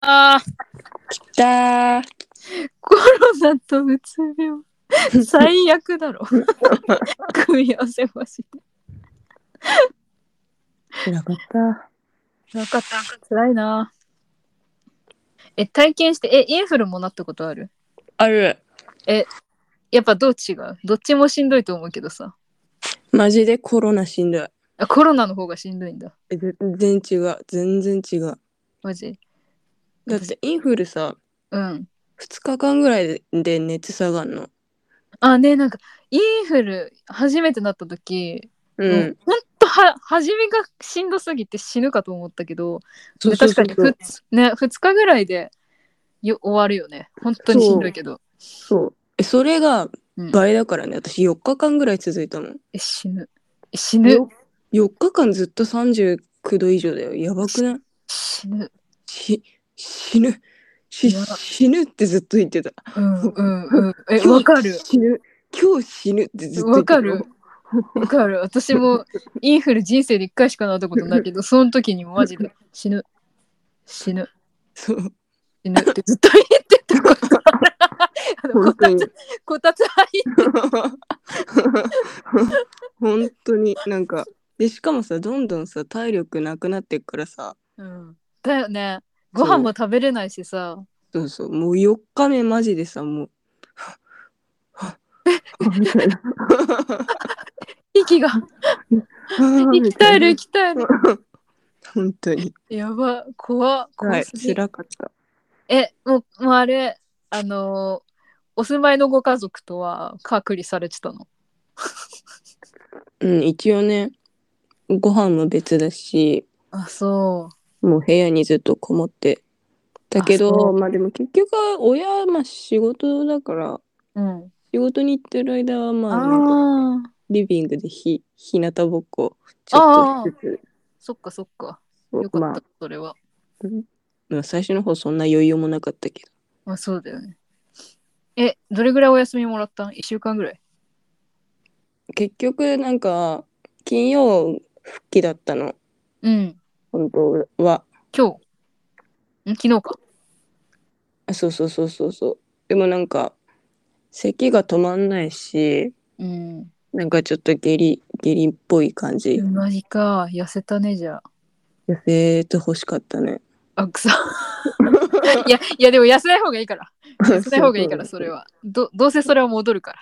あだーコロナとうつ 病。最悪 だろ。組み合わせましなかった。なかった。辛いな。え、体験して、え、インフルもなったことあるある。やっぱどう違うどっちもしんどいと思うけどさ。マジでコロナしんどい。あコロナの方がしんどいんだ。え全然違う。全然違う。マジ。だってインフルさ、うん。 2日間ぐらいで熱下がんの。あ、ねなんか、インフル初めてなった時、うん。ほんとは、初めがしんどすぎて死ぬかと思ったけど、そうねそう確そかうにふつ、ね、2日ぐらいでよ終わるよね。本当にしんどいけど。そう。え、それがうん倍だからね。私4日間ぐらい続いたもん。え死ぬ。え死ぬ。よ4日間ずっと39度以上だよ。やばくない死ぬ。し、死ぬ。し、やば死ぬってずっと言ってた。うんうんうん。え、今日わかる。死ぬ。今日死ぬってずっと言わってた。かる。わかる。私もインフル人生で一回しかなったことない けど、その時にもマジで死ぬ。死ぬ。そう。死ぬってずっと言っ てたことあるあのこ本当たにつ、。こたつ入っ 本当になんか。で、しかもさ、どんどんさ、体力なくなってっからさ、うん。だよね。ご飯も食べれないしさ。そうそう、もう4日目マジでさ、もう、はっはっはっみたいな。息が、鍛える、鍛える。本当に。やば、怖、は怖い、すぎる。辛かった。え、もう、もうあれ、あのーお住まいのご家族とは隔離されてたの。うん、一応ね、ご飯も別だし、あ、そもう部屋にずっとこもって。だけあそど、うまあでも結局は親は、まあ仕事だから、う。うん。仕事に行ってる間は、まあなんか、ああ、リビングでひ、ひなたぼっこ、ちょっとしつそっかそっか。よつ、かまっあた、それは。まあ、最初の方そんな余裕もなかったけど、まあ、そうだよね。え、どれぐらいお休みもらったん ?1 週間ぐらい。結局なんか、金曜復帰だったの、うん。本当は。今日。ん昨日か。あそうそうそうそうそうでもなんか咳が止まんないしうん。なんかちょっと下痢下痢っぽい感じマジか。痩せたね、じゃあ。痩せてほしかったねあ、くそ。 いや、いや、でも痩せない方がいいから。痩せない方がいいから、う それは。どどうせそれは戻るか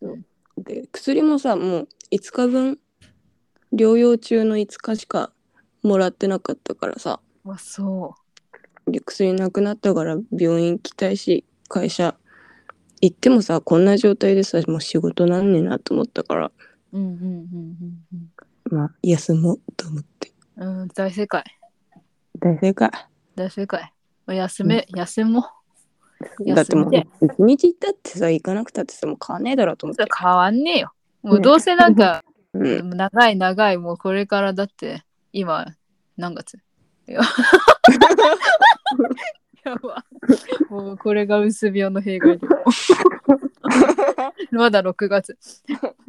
ら。で薬もさもう5日分療養中の5日しかもらってなかったからさまあ、そう。で薬なくなったから病院行きたいし会社行ってもさこんな状態でさもう仕事なんねえなと思ったからうんうんうんうんまあ休もうと思ってうん。うん、大正解。大正解大正解。まあ休め、休もう。 だってもう休み一日行ったってさ行かなくたってさもう買わねえだろうと思っそてれ、変わんねえよ。もうねどうせなんか、うん、長い長い、もうこれからだって、今、何月 いややば。もうこれが薄病の弊 害で。まだ6月。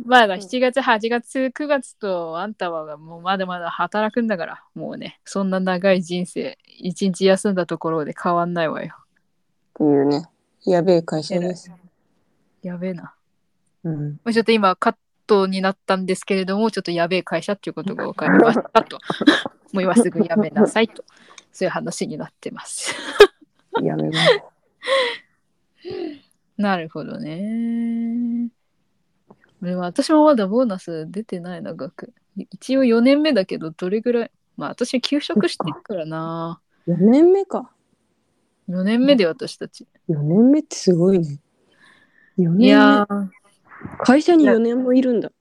まだ7月、8月、9月と、あんたはもうまだまだ働くんだから、もうね、そんな長い人生、一日休んだところで変わんないわよ。っていうねやべえ会社です、やべえな。うん、まあちょっと今カットになったんですけれども、ちょっとやべえ会社っていうことが分かりました と。もう今すぐやめなさいと。そういう話になってます。 やめますなるほどね。でも私もまだボーナス出てないな、額。一応4年目だけど、どれぐらい。まあ私休職してるからな。 4年目か4年目で私たち。 4年目ってすごいね4いや年ー、目会社に4年もいるんだ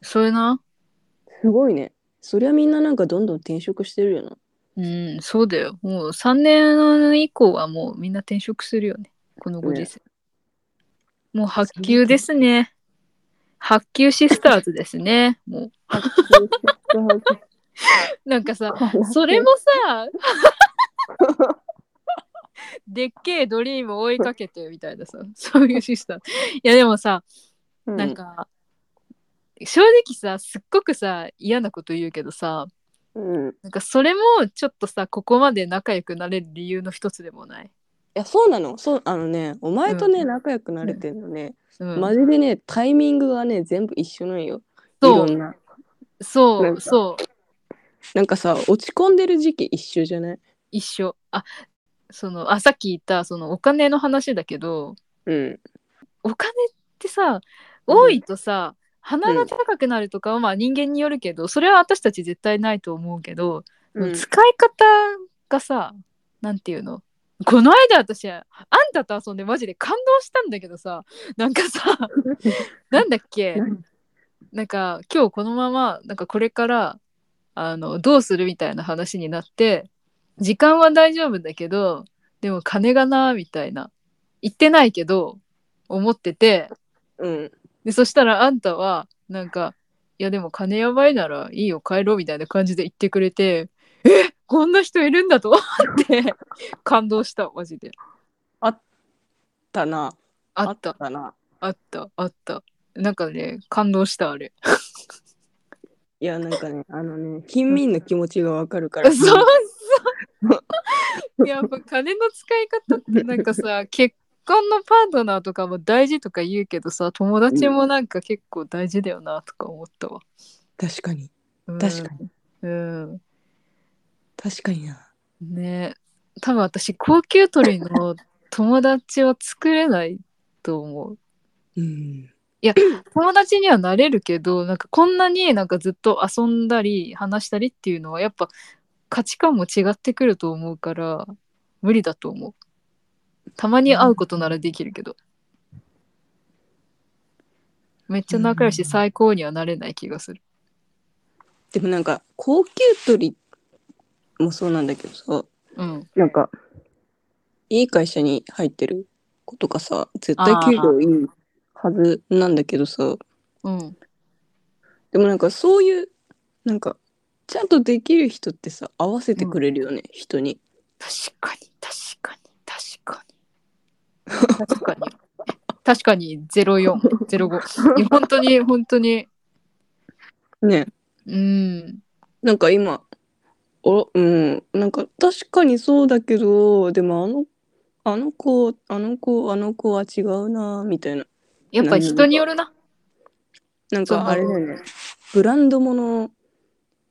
それな。すごいねそりゃみんななんかどんどん転職してるよなうん、そうだよ。もう3年以降はもうみんな転職するよね。このご時世。もう発給ですね。発給シスターズですね。もうなんかさ、 それもさ、でっけえドリーム追いかけてみたいなさ、そういうシスターズ。いやでもさ、 うなんか、正直さ、すっごくさ、嫌なこと言うけどさ、うん。いなんかそれもちょっとさここまで仲良くなれる理由の一つでもない、や、そうなの。そう、あのね、お前とうね、ん仲良くなれてんのね、うん、マジでね、タイミングがね、全部一緒なんよ。いそろうんな。そなんうかそうなんかさ、落ち込んでる時期一緒じゃない一緒あそのあさっき言ったそのお金の話だけどうん。お金ってさ多いとさ、鼻が高くなるとかはまあ人間によるけど、それは私たち絶対ないと思うけど、うん。使い方がさなんていうのこの間私あんたと遊んでマジで感動したんだけどさなんか さなんだっけ 何なんか今日このままなんかこれからあのどうするみたいな話になって時間は大丈夫だけどでも金がなみたいな言ってないけど思っててうん。でそしたらあんたはなんか「いやでも金やばいならいいよ帰ろう」みたいな感じで言ってくれてえこんな人いるんだと思って感動したマジでだな。あっただな。あったあったなんかね感動したあれいや、なんかね、あのね、貧民の気持ちがわかるか そら。うそう やっぱ金の使い方ってなん かさ結婚のパートナーとかも大事とか言うけどさ友達もなんか結構大事だよなとか思ったわ、確かに。うん確かに。うん確かにな。ね多分私高級鳥の友達は作れないと思ううん。友達にはなれるけどなんかこんなになんかずっと遊んだり話したりっていうのはやっぱ価値観も違ってくると思うから無理だと思うたまに会うことならできるけど、めっちゃ仲良しうん最高にはなれない気がするでもなんか、高級鳥もそうなんだけどさ、うんなんか、いい会社に入ってる子とかさ、絶対給料いいはずなんだけどさ、うんでもなんかそういう、なんか、ちゃんとできる人ってさ、合わせてくれるよね、人に。確かに確かに確かに確かに確かに0405いや本当に本当にね。うんなんか今、おうん、なんか確かにそうだけど、でもあの、あの子、あの子、あの子は違うな、みたいな。やっぱ人によるななんそうかあれだよね、ブランドものを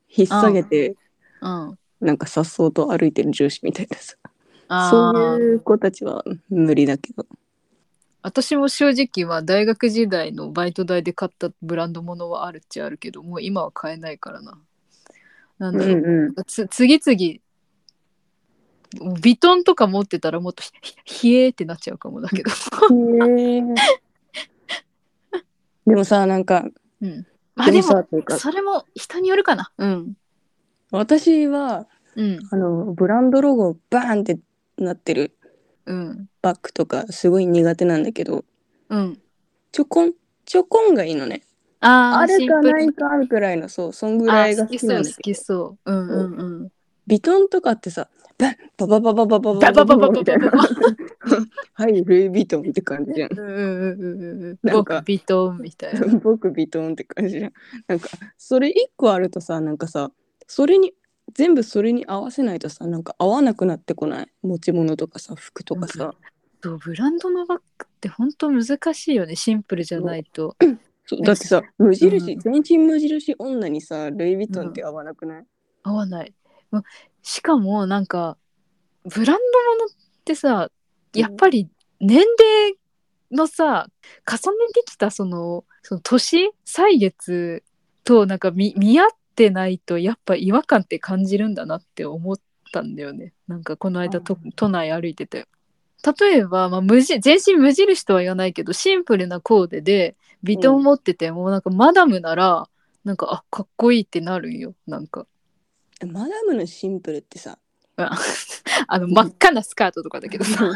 引っ提げて、うんなんか颯爽と歩いてる上司みたいなさ。あそうーいう子たちは無理だけど。私も正直は大学時代のバイト代で買ったブランド物はあるっちゃあるけどもう今は買えないからななんだろう、うん。つ次々ビトンとか持ってたらもっとひひえーってなっちゃうかもだ けどでもさ、なんか、うんまあでもさ、というか、それも人によるかなうん私は、うんあの、ブランドロゴバーンってなってるうんバッグとか、すごい苦手なんだけど、うんちょこん、ちょこんがいいのね。あーあるシンプかルないかあるくらいの、そう、そんぐあらいーが好好ききそなうん好だけきど、そううんうんうんビトンとかってさ、バンバババババババババババみバたバいなバ。はい、ルイ・ビトンって感じじゃんう。んうんうんうんうんなんか僕ビトンみたいな 僕ビトンって感じじゃんなんかそれ一個あるとさなんかさそれに全部それに合わせないとさなんか合わなくなってこない持ち物とかさ服とかさ、そうブランドのバッグって本当難しいよねシンプルじゃないとそうだってさ無印、うん全身無印女にさルイ・ヴィトンって合わなくない、合わないましかもなんかブランドものってさやっぱり年齢のさ重ねてきたそのその年歳月となんか見見合ってないとやっぱ違和感って感じるんだなって思ったんだよねなんかこの間とうん都内歩いてて例えば、まあ、無地全身無印とは言わないけどシンプルなコーデでビトン持ってても、なんかマダムならなんかあかっこいいってなるんよなんかマダムのシンプルってさあ あの真っ赤なスカートとかだけどさ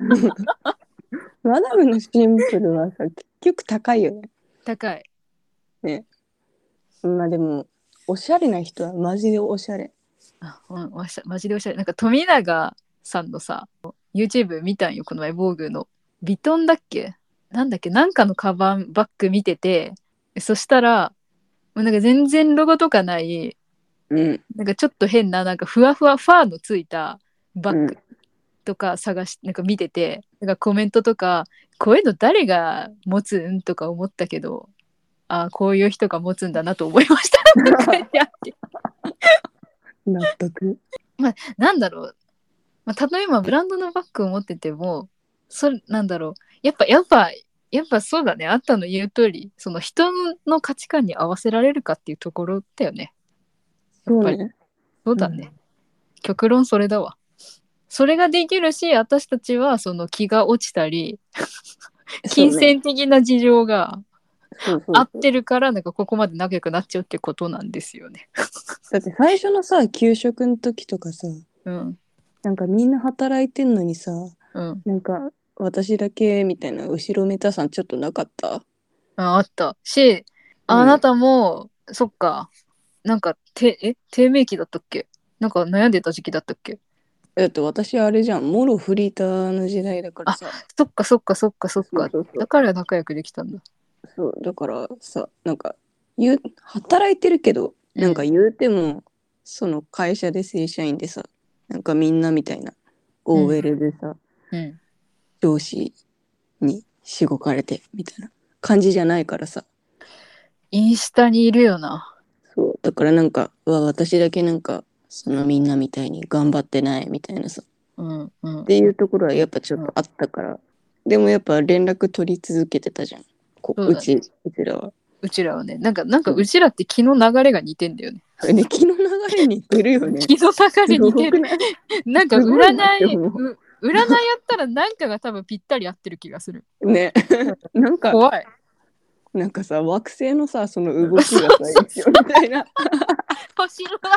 マダムのシンプルはさ結局高いよね高いまあでもおしゃれな人はマジでおしゃれあ、うん、おしゃマジでおしゃれなんか富永さんのさ YouTube 見たんよこの前防具のビトンだっけなんだっけなんかのカバンバッグ見ててそしたらもうなんか全然ロゴとかないうんなんかちょっと変ななんかふわふわファーのついたバッグとか探し、なんか見ててなんかコメントとかこういうの誰が持つんとか思ったけどあーこういう人が持つんだなと思いました書いてあって 納得なんだろう、まあ、例えばブランドのバッグを持っててもそなんだろうやっぱやっぱやっぱそうだねあったの言う通りその人の価値観に合わせられるかっていうところだよねそうぱりねそうだね。極論それだわ。それができるし、私たちはその気が落ちたり、金銭的な事情がそうそう合ってるから、なんかここまで仲良くなっちゃうってことなんですよね。だって最初のさ給食の時とかさうん。なんかみんな働いてんのにさうん。なんか私だけみたいな後ろめたさんちょっとなかったああった。し、うんあなたも、そっか、なんか、て、え低迷期だったっけなんか悩んでた時期だったっけだって私あれじゃんもろフリーターの時代だからさそっかそっかそっかそっそうか。そうそうだから仲良くできたんだ。そうだからさなんか言う働いてるけどなんか言うてもその会社で正社員でさなんかみんなみたいな OL でさ、うん。上司にしごかれてみたいな感じじゃないからさインスタにいるよな。そうだからなんかうわ私だけなんかそのみんなみたいに頑張ってないみたいなさうんうんっ。ていうところはやっぱちょっとあったから、でもやっぱ連絡取り続けてたじゃんこそうだうねちうちらは。うちらはね、なんか、なんかうちらって気の流れが似てんだよね。あれね気の流れに似てるよね。気の流れ似 すごてる。くないなんかすごい占なってい、思うう占いやったらなんかが多分ぴったり合ってる気がする。ね なんか怖い。なんかさ惑星のさその動きがさ一緒みたいな星の 中、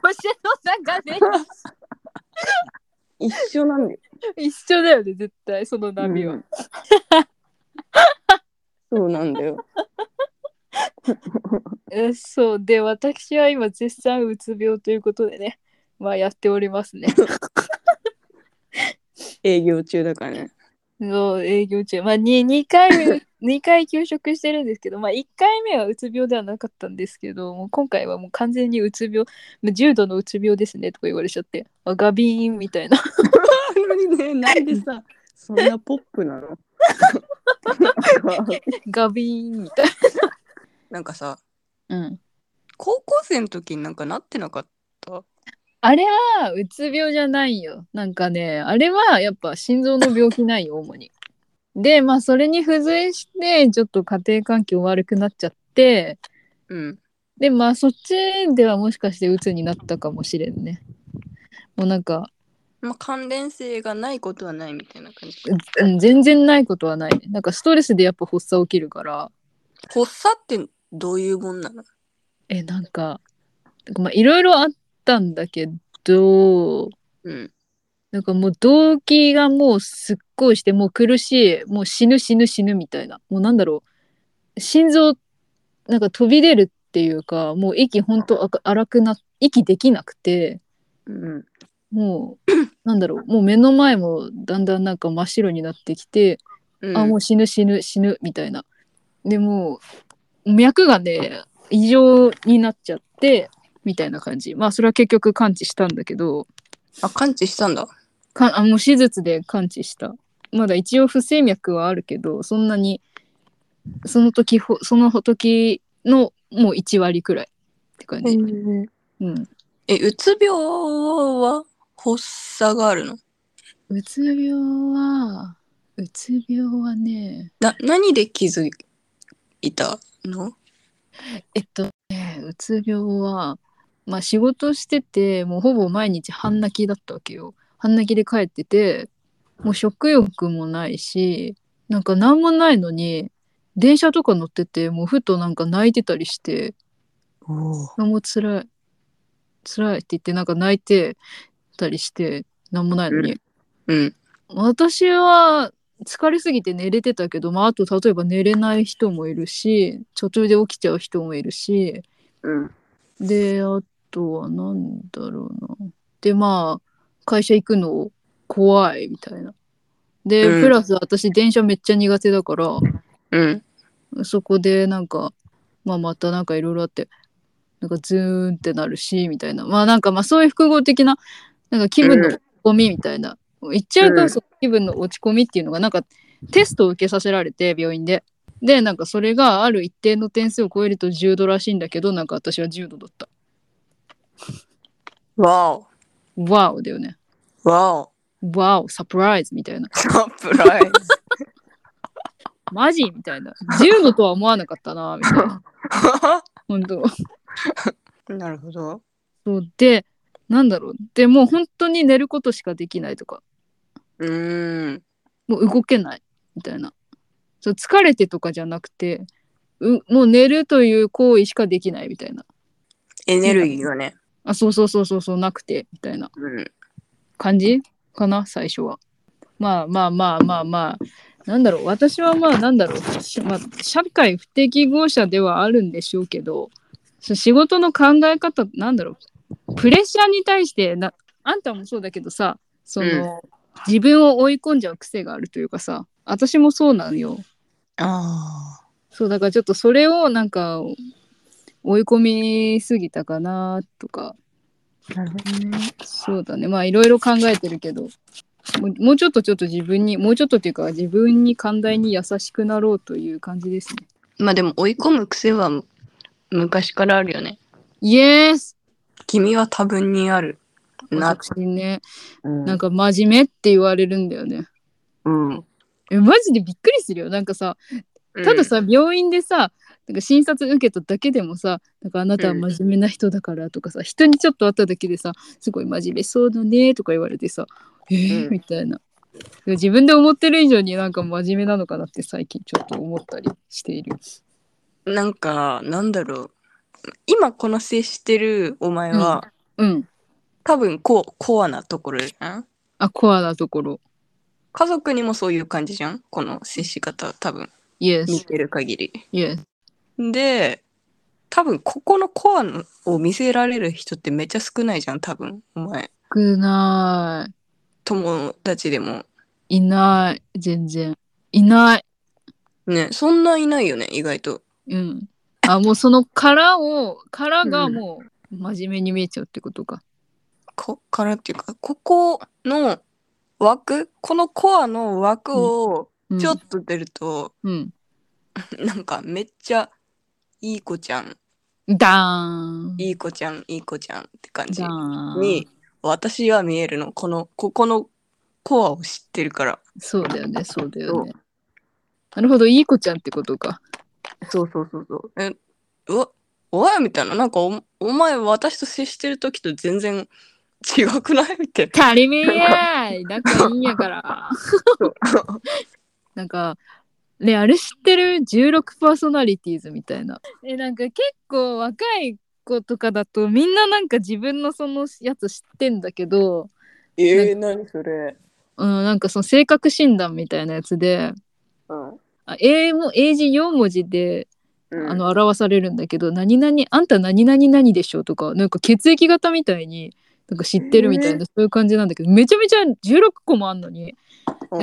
星の中ね、一緒なんだよ、一緒だよね、絶対、その波うは。んそうなんだよえそうで、私は今、絶賛うつ病ということでね、まあやっております ね。営業中だからねそう営業中、まあ、2, 2回 目二回休職してるんですけど、まあ、1回目はうつ病ではなかったんですけどもう今回はもう完全にうつ病もう重度のうつ病ですねとか言われちゃってあガビーンみたいな なのにねなんで さそんなポップなのなんかガビーンみたい なんかさな、うん、高校生の時になんかなってなかったあれはうつ病じゃないよなんかねあれはやっぱ心臓の病気ないよ主にでまあそれに付随してちょっと家庭環境悪くなっちゃってうんでまあそっちではもしかしてうつになったかもしれんねもうなんかまあ関連性がないことはないみたいな感じうん、全然ないことはないね。なんかストレスでやっぱ発作起きるから、発作ってどういうもんなのえ、なんか、なんかまあいろいろあったんだけど、うんなんかもう動機がもうすっごいして、もう苦しい、もう死ぬ死ぬ死ぬみたいな。もうなんだろう、心臓、なんか飛び出るっていうか、もう息ほんとあか荒くな、息できなくて、うんもう、なんだろう、もう目の前もだんだんなんか真っ白になってきて、うんあもう死ぬ死ぬ死ぬみたいなでもう脈がね異常になっちゃってみたいな感じまあそれは結局完治したんだけどあ完治したんだかあもう手術で完治したまだ一応不整脈はあるけどそんなにその時ほその時のもう1割くらいって感じ、うん、え、うつ病は発作があるのうつ病はうつ病はねな何で気づいたのえっとね、うつ病は、まあ仕事してて、もうほぼ毎日半泣きだったわけよ。半泣きで帰ってて、もう食欲もないし、なんか何もないのに、電車とか乗ってて、もうふとなんか泣いてたりして、あもう辛い、辛いって言って、なんか泣いてたりして、何もないのに。うん。私は疲れすぎて寝れてたけど、まああと例えば寝れない人もいるし、途中で起きちゃう人もいるし、うん。で、あとはなんだろうな。で、まあ、会社行くの怖いみたいな。で、うんプラス私、電車めっちゃ苦手だから、うん。そこでなんか、まあ、またなんかいろいろあって、なんかズーンってなるしみたいなまあなんかまあそういう複合的ななんか気分の落ち込みみたいな、言っちゃううとんその気分の落ち込みっていうのがなんかテストを受けさせられて病院ででなんかそれがある一定の点数を超えると10度らしいんだけどなんか私は10度だったわおわおだよねわおわおサプライズみたいなサプライ ズマジみたいな10度とは思わなかったなみたいな本当なるほどそうでなんだろうでもう本当に寝ることしかできないとかうーんもう動けないみたいなそう疲れてとかじゃなくてうもう寝るという行為しかできないみたいなエネルギーがね、あそうそうそうそうそうなくてみたいなうん、感じかな最初はまあまあまあまあまあなんだろう私はまあなんだろう、しまあ、社会不適合者ではあるんでしょうけどそう仕事の考え方なんだろうプレッシャーに対してなあんたもそうだけどさその、自分を追い込んじゃう癖があるというかさ私もそうなのよあそうだからちょっとそれをなんか追い込みすぎたかなとかあなるほどねそうだね。まあいろいろ考えてるけど、もうもうちょっとちょっと自分に、もうちょっとっていうか自分に寛大に優しくなろうという感じですね。まあでも追い込む癖はむ昔からあるよねイエス君は多分にあるな、私ね、うんなんか真面目って言われるんだよね。うん、え、マジでびっくりするよ。なんかさ、たださ、病院でさ、なんか診察受けただけでもさ、なんかあなたは真面目な人だからとかさ、人にちょっと会っただけでさ、すごい真面目そうだねとか言われてさ、えーうんみたいな。自分で思ってる以上になんか真面目なのかなって最近ちょっと思ったりしている。うん、なんかなんだろう今この接してるお前は、うんうん。多分こうコアなところじゃんあ、コアなところ。家族にもそういう感じじゃんこの接し方多分イエ見ス。てる限りイエス。で多分ここのコアのを見せられる人ってめっちゃ少ないじゃん多分お前少な友達でもい。いない。全然。いない。ねそんないないよね意外とうん。あ、もうその殻を、殻がもう真面目に見えちゃうってことか。こからっていうかここの枠このコアの枠をうん、ちょっと出ると、うん。なんかめっちゃいい子ちゃんダーン。いい子ちゃんいい子ちゃんって感じダーン。に私は見えるのこのここのコアを知ってるからそうだよね、そうだよね。なるほど、いい子ちゃんってことか。そうそうそうそうえうわお前みたいななんかおお前私と接してる時と全然違くないみたい足りめやい仲いいんやから。 なんか、ね、あれ知ってる ?16 パーソナリティーズみたいな。え、なんか結構若い子とかだとみんななんか自分のそのやつ知ってんだけど、えー、何それうん、なんかその性格診断みたいなやつで、うんあ英も英字4文字であの表されるんだけど「何々あんた何々何でしょ」とかなんか血液型みたいになんか知ってるみたいな、そういう感じなんだけどめちゃめちゃ16個もあんのに、で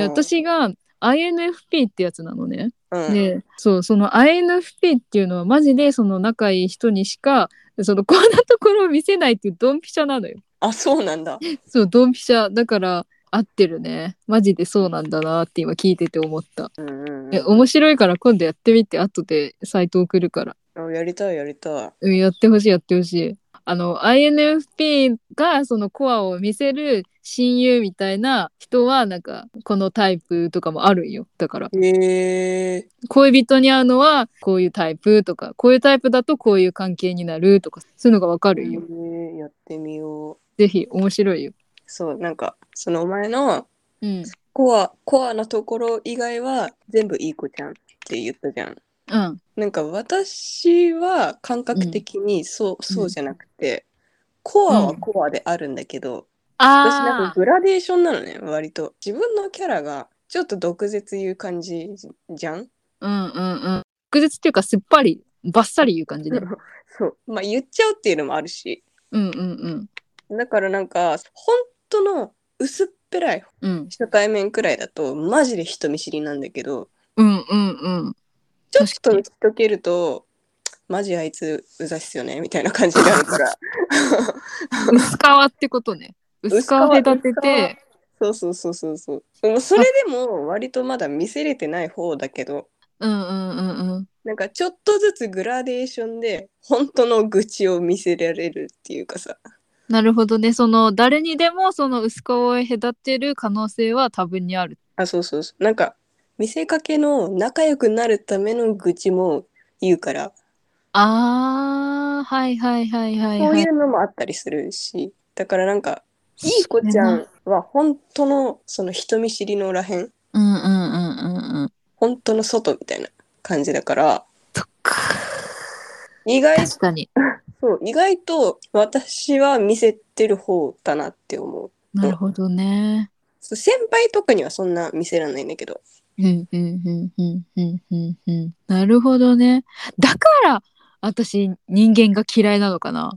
私が INFP ってやつなのね。うんでそうその INFP っていうのはマジでその仲いい人にしかそのこんなところを見せないっていうドンピシャなのよ。あそうなん だそうドンピシャだから合ってるねマジでそうなんだなって今聞いてて思った。うんうんえ面白いから今度やってみて後でサイト送るから。うんあやりたいやりたいうん、やってほしいやってほしい。あの INFP がそのコアを見せる親友みたいな人はなんかこのタイプとかもあるんよだからえー、恋人に会うのはこういうタイプとかこういうタイプだとこういう関係になるとかそういうのがわかるんよ、えーやってみようぜひ面白いよ、そうなんかそのお前のうん、コアコアなところ以外は全部いい子ちゃんって言ったじゃんうんなんか私は感覚的にそう、そうじゃなくて、コアはコアであるんだけど、私なんあかグラデーションなのね割と自分のキャラがちょっと毒舌いう感じじゃん、あうんうんうん複雑っていうかすっぱりバッサリ言う感じね そうまあ言っちゃうっていうのもあるしうんうんだからなんか本当の薄っぺらいうんうん初対面くらいだとマジで人見知りなんだけどうんうんうんちょっと打ち解けるとマジあいつうざいっすよねみたいな感じになるから薄皮ってことね。薄皮隔てて、そうそうそうそうそうでもそれでも割とまだ見せれてない方だけどうんうんうんうん。なんかちょっとずつグラデーションで本当の愚痴を見せられるっていうかさなるほどね。その、誰にでもその薄皮を隔てる可能性は多分にある。あそうそうそうなんか見せかけの仲良くなるための愚痴も言うから、あー、はいはいはいはい、そうはいい。うのもあったりするしだからなんかいい子ちゃんは本当のその人見知りのらへんうんうんうんうんうん。本当の外みたいな感じだからそっか。意外確かに。そう意外と私は見せてる方だなって思うなるほどね。そう先輩とかにはそんな見せらんないんだけどうんうんうんうんうんうんうん。なるほどね。だから、私、人間が嫌いなのかな。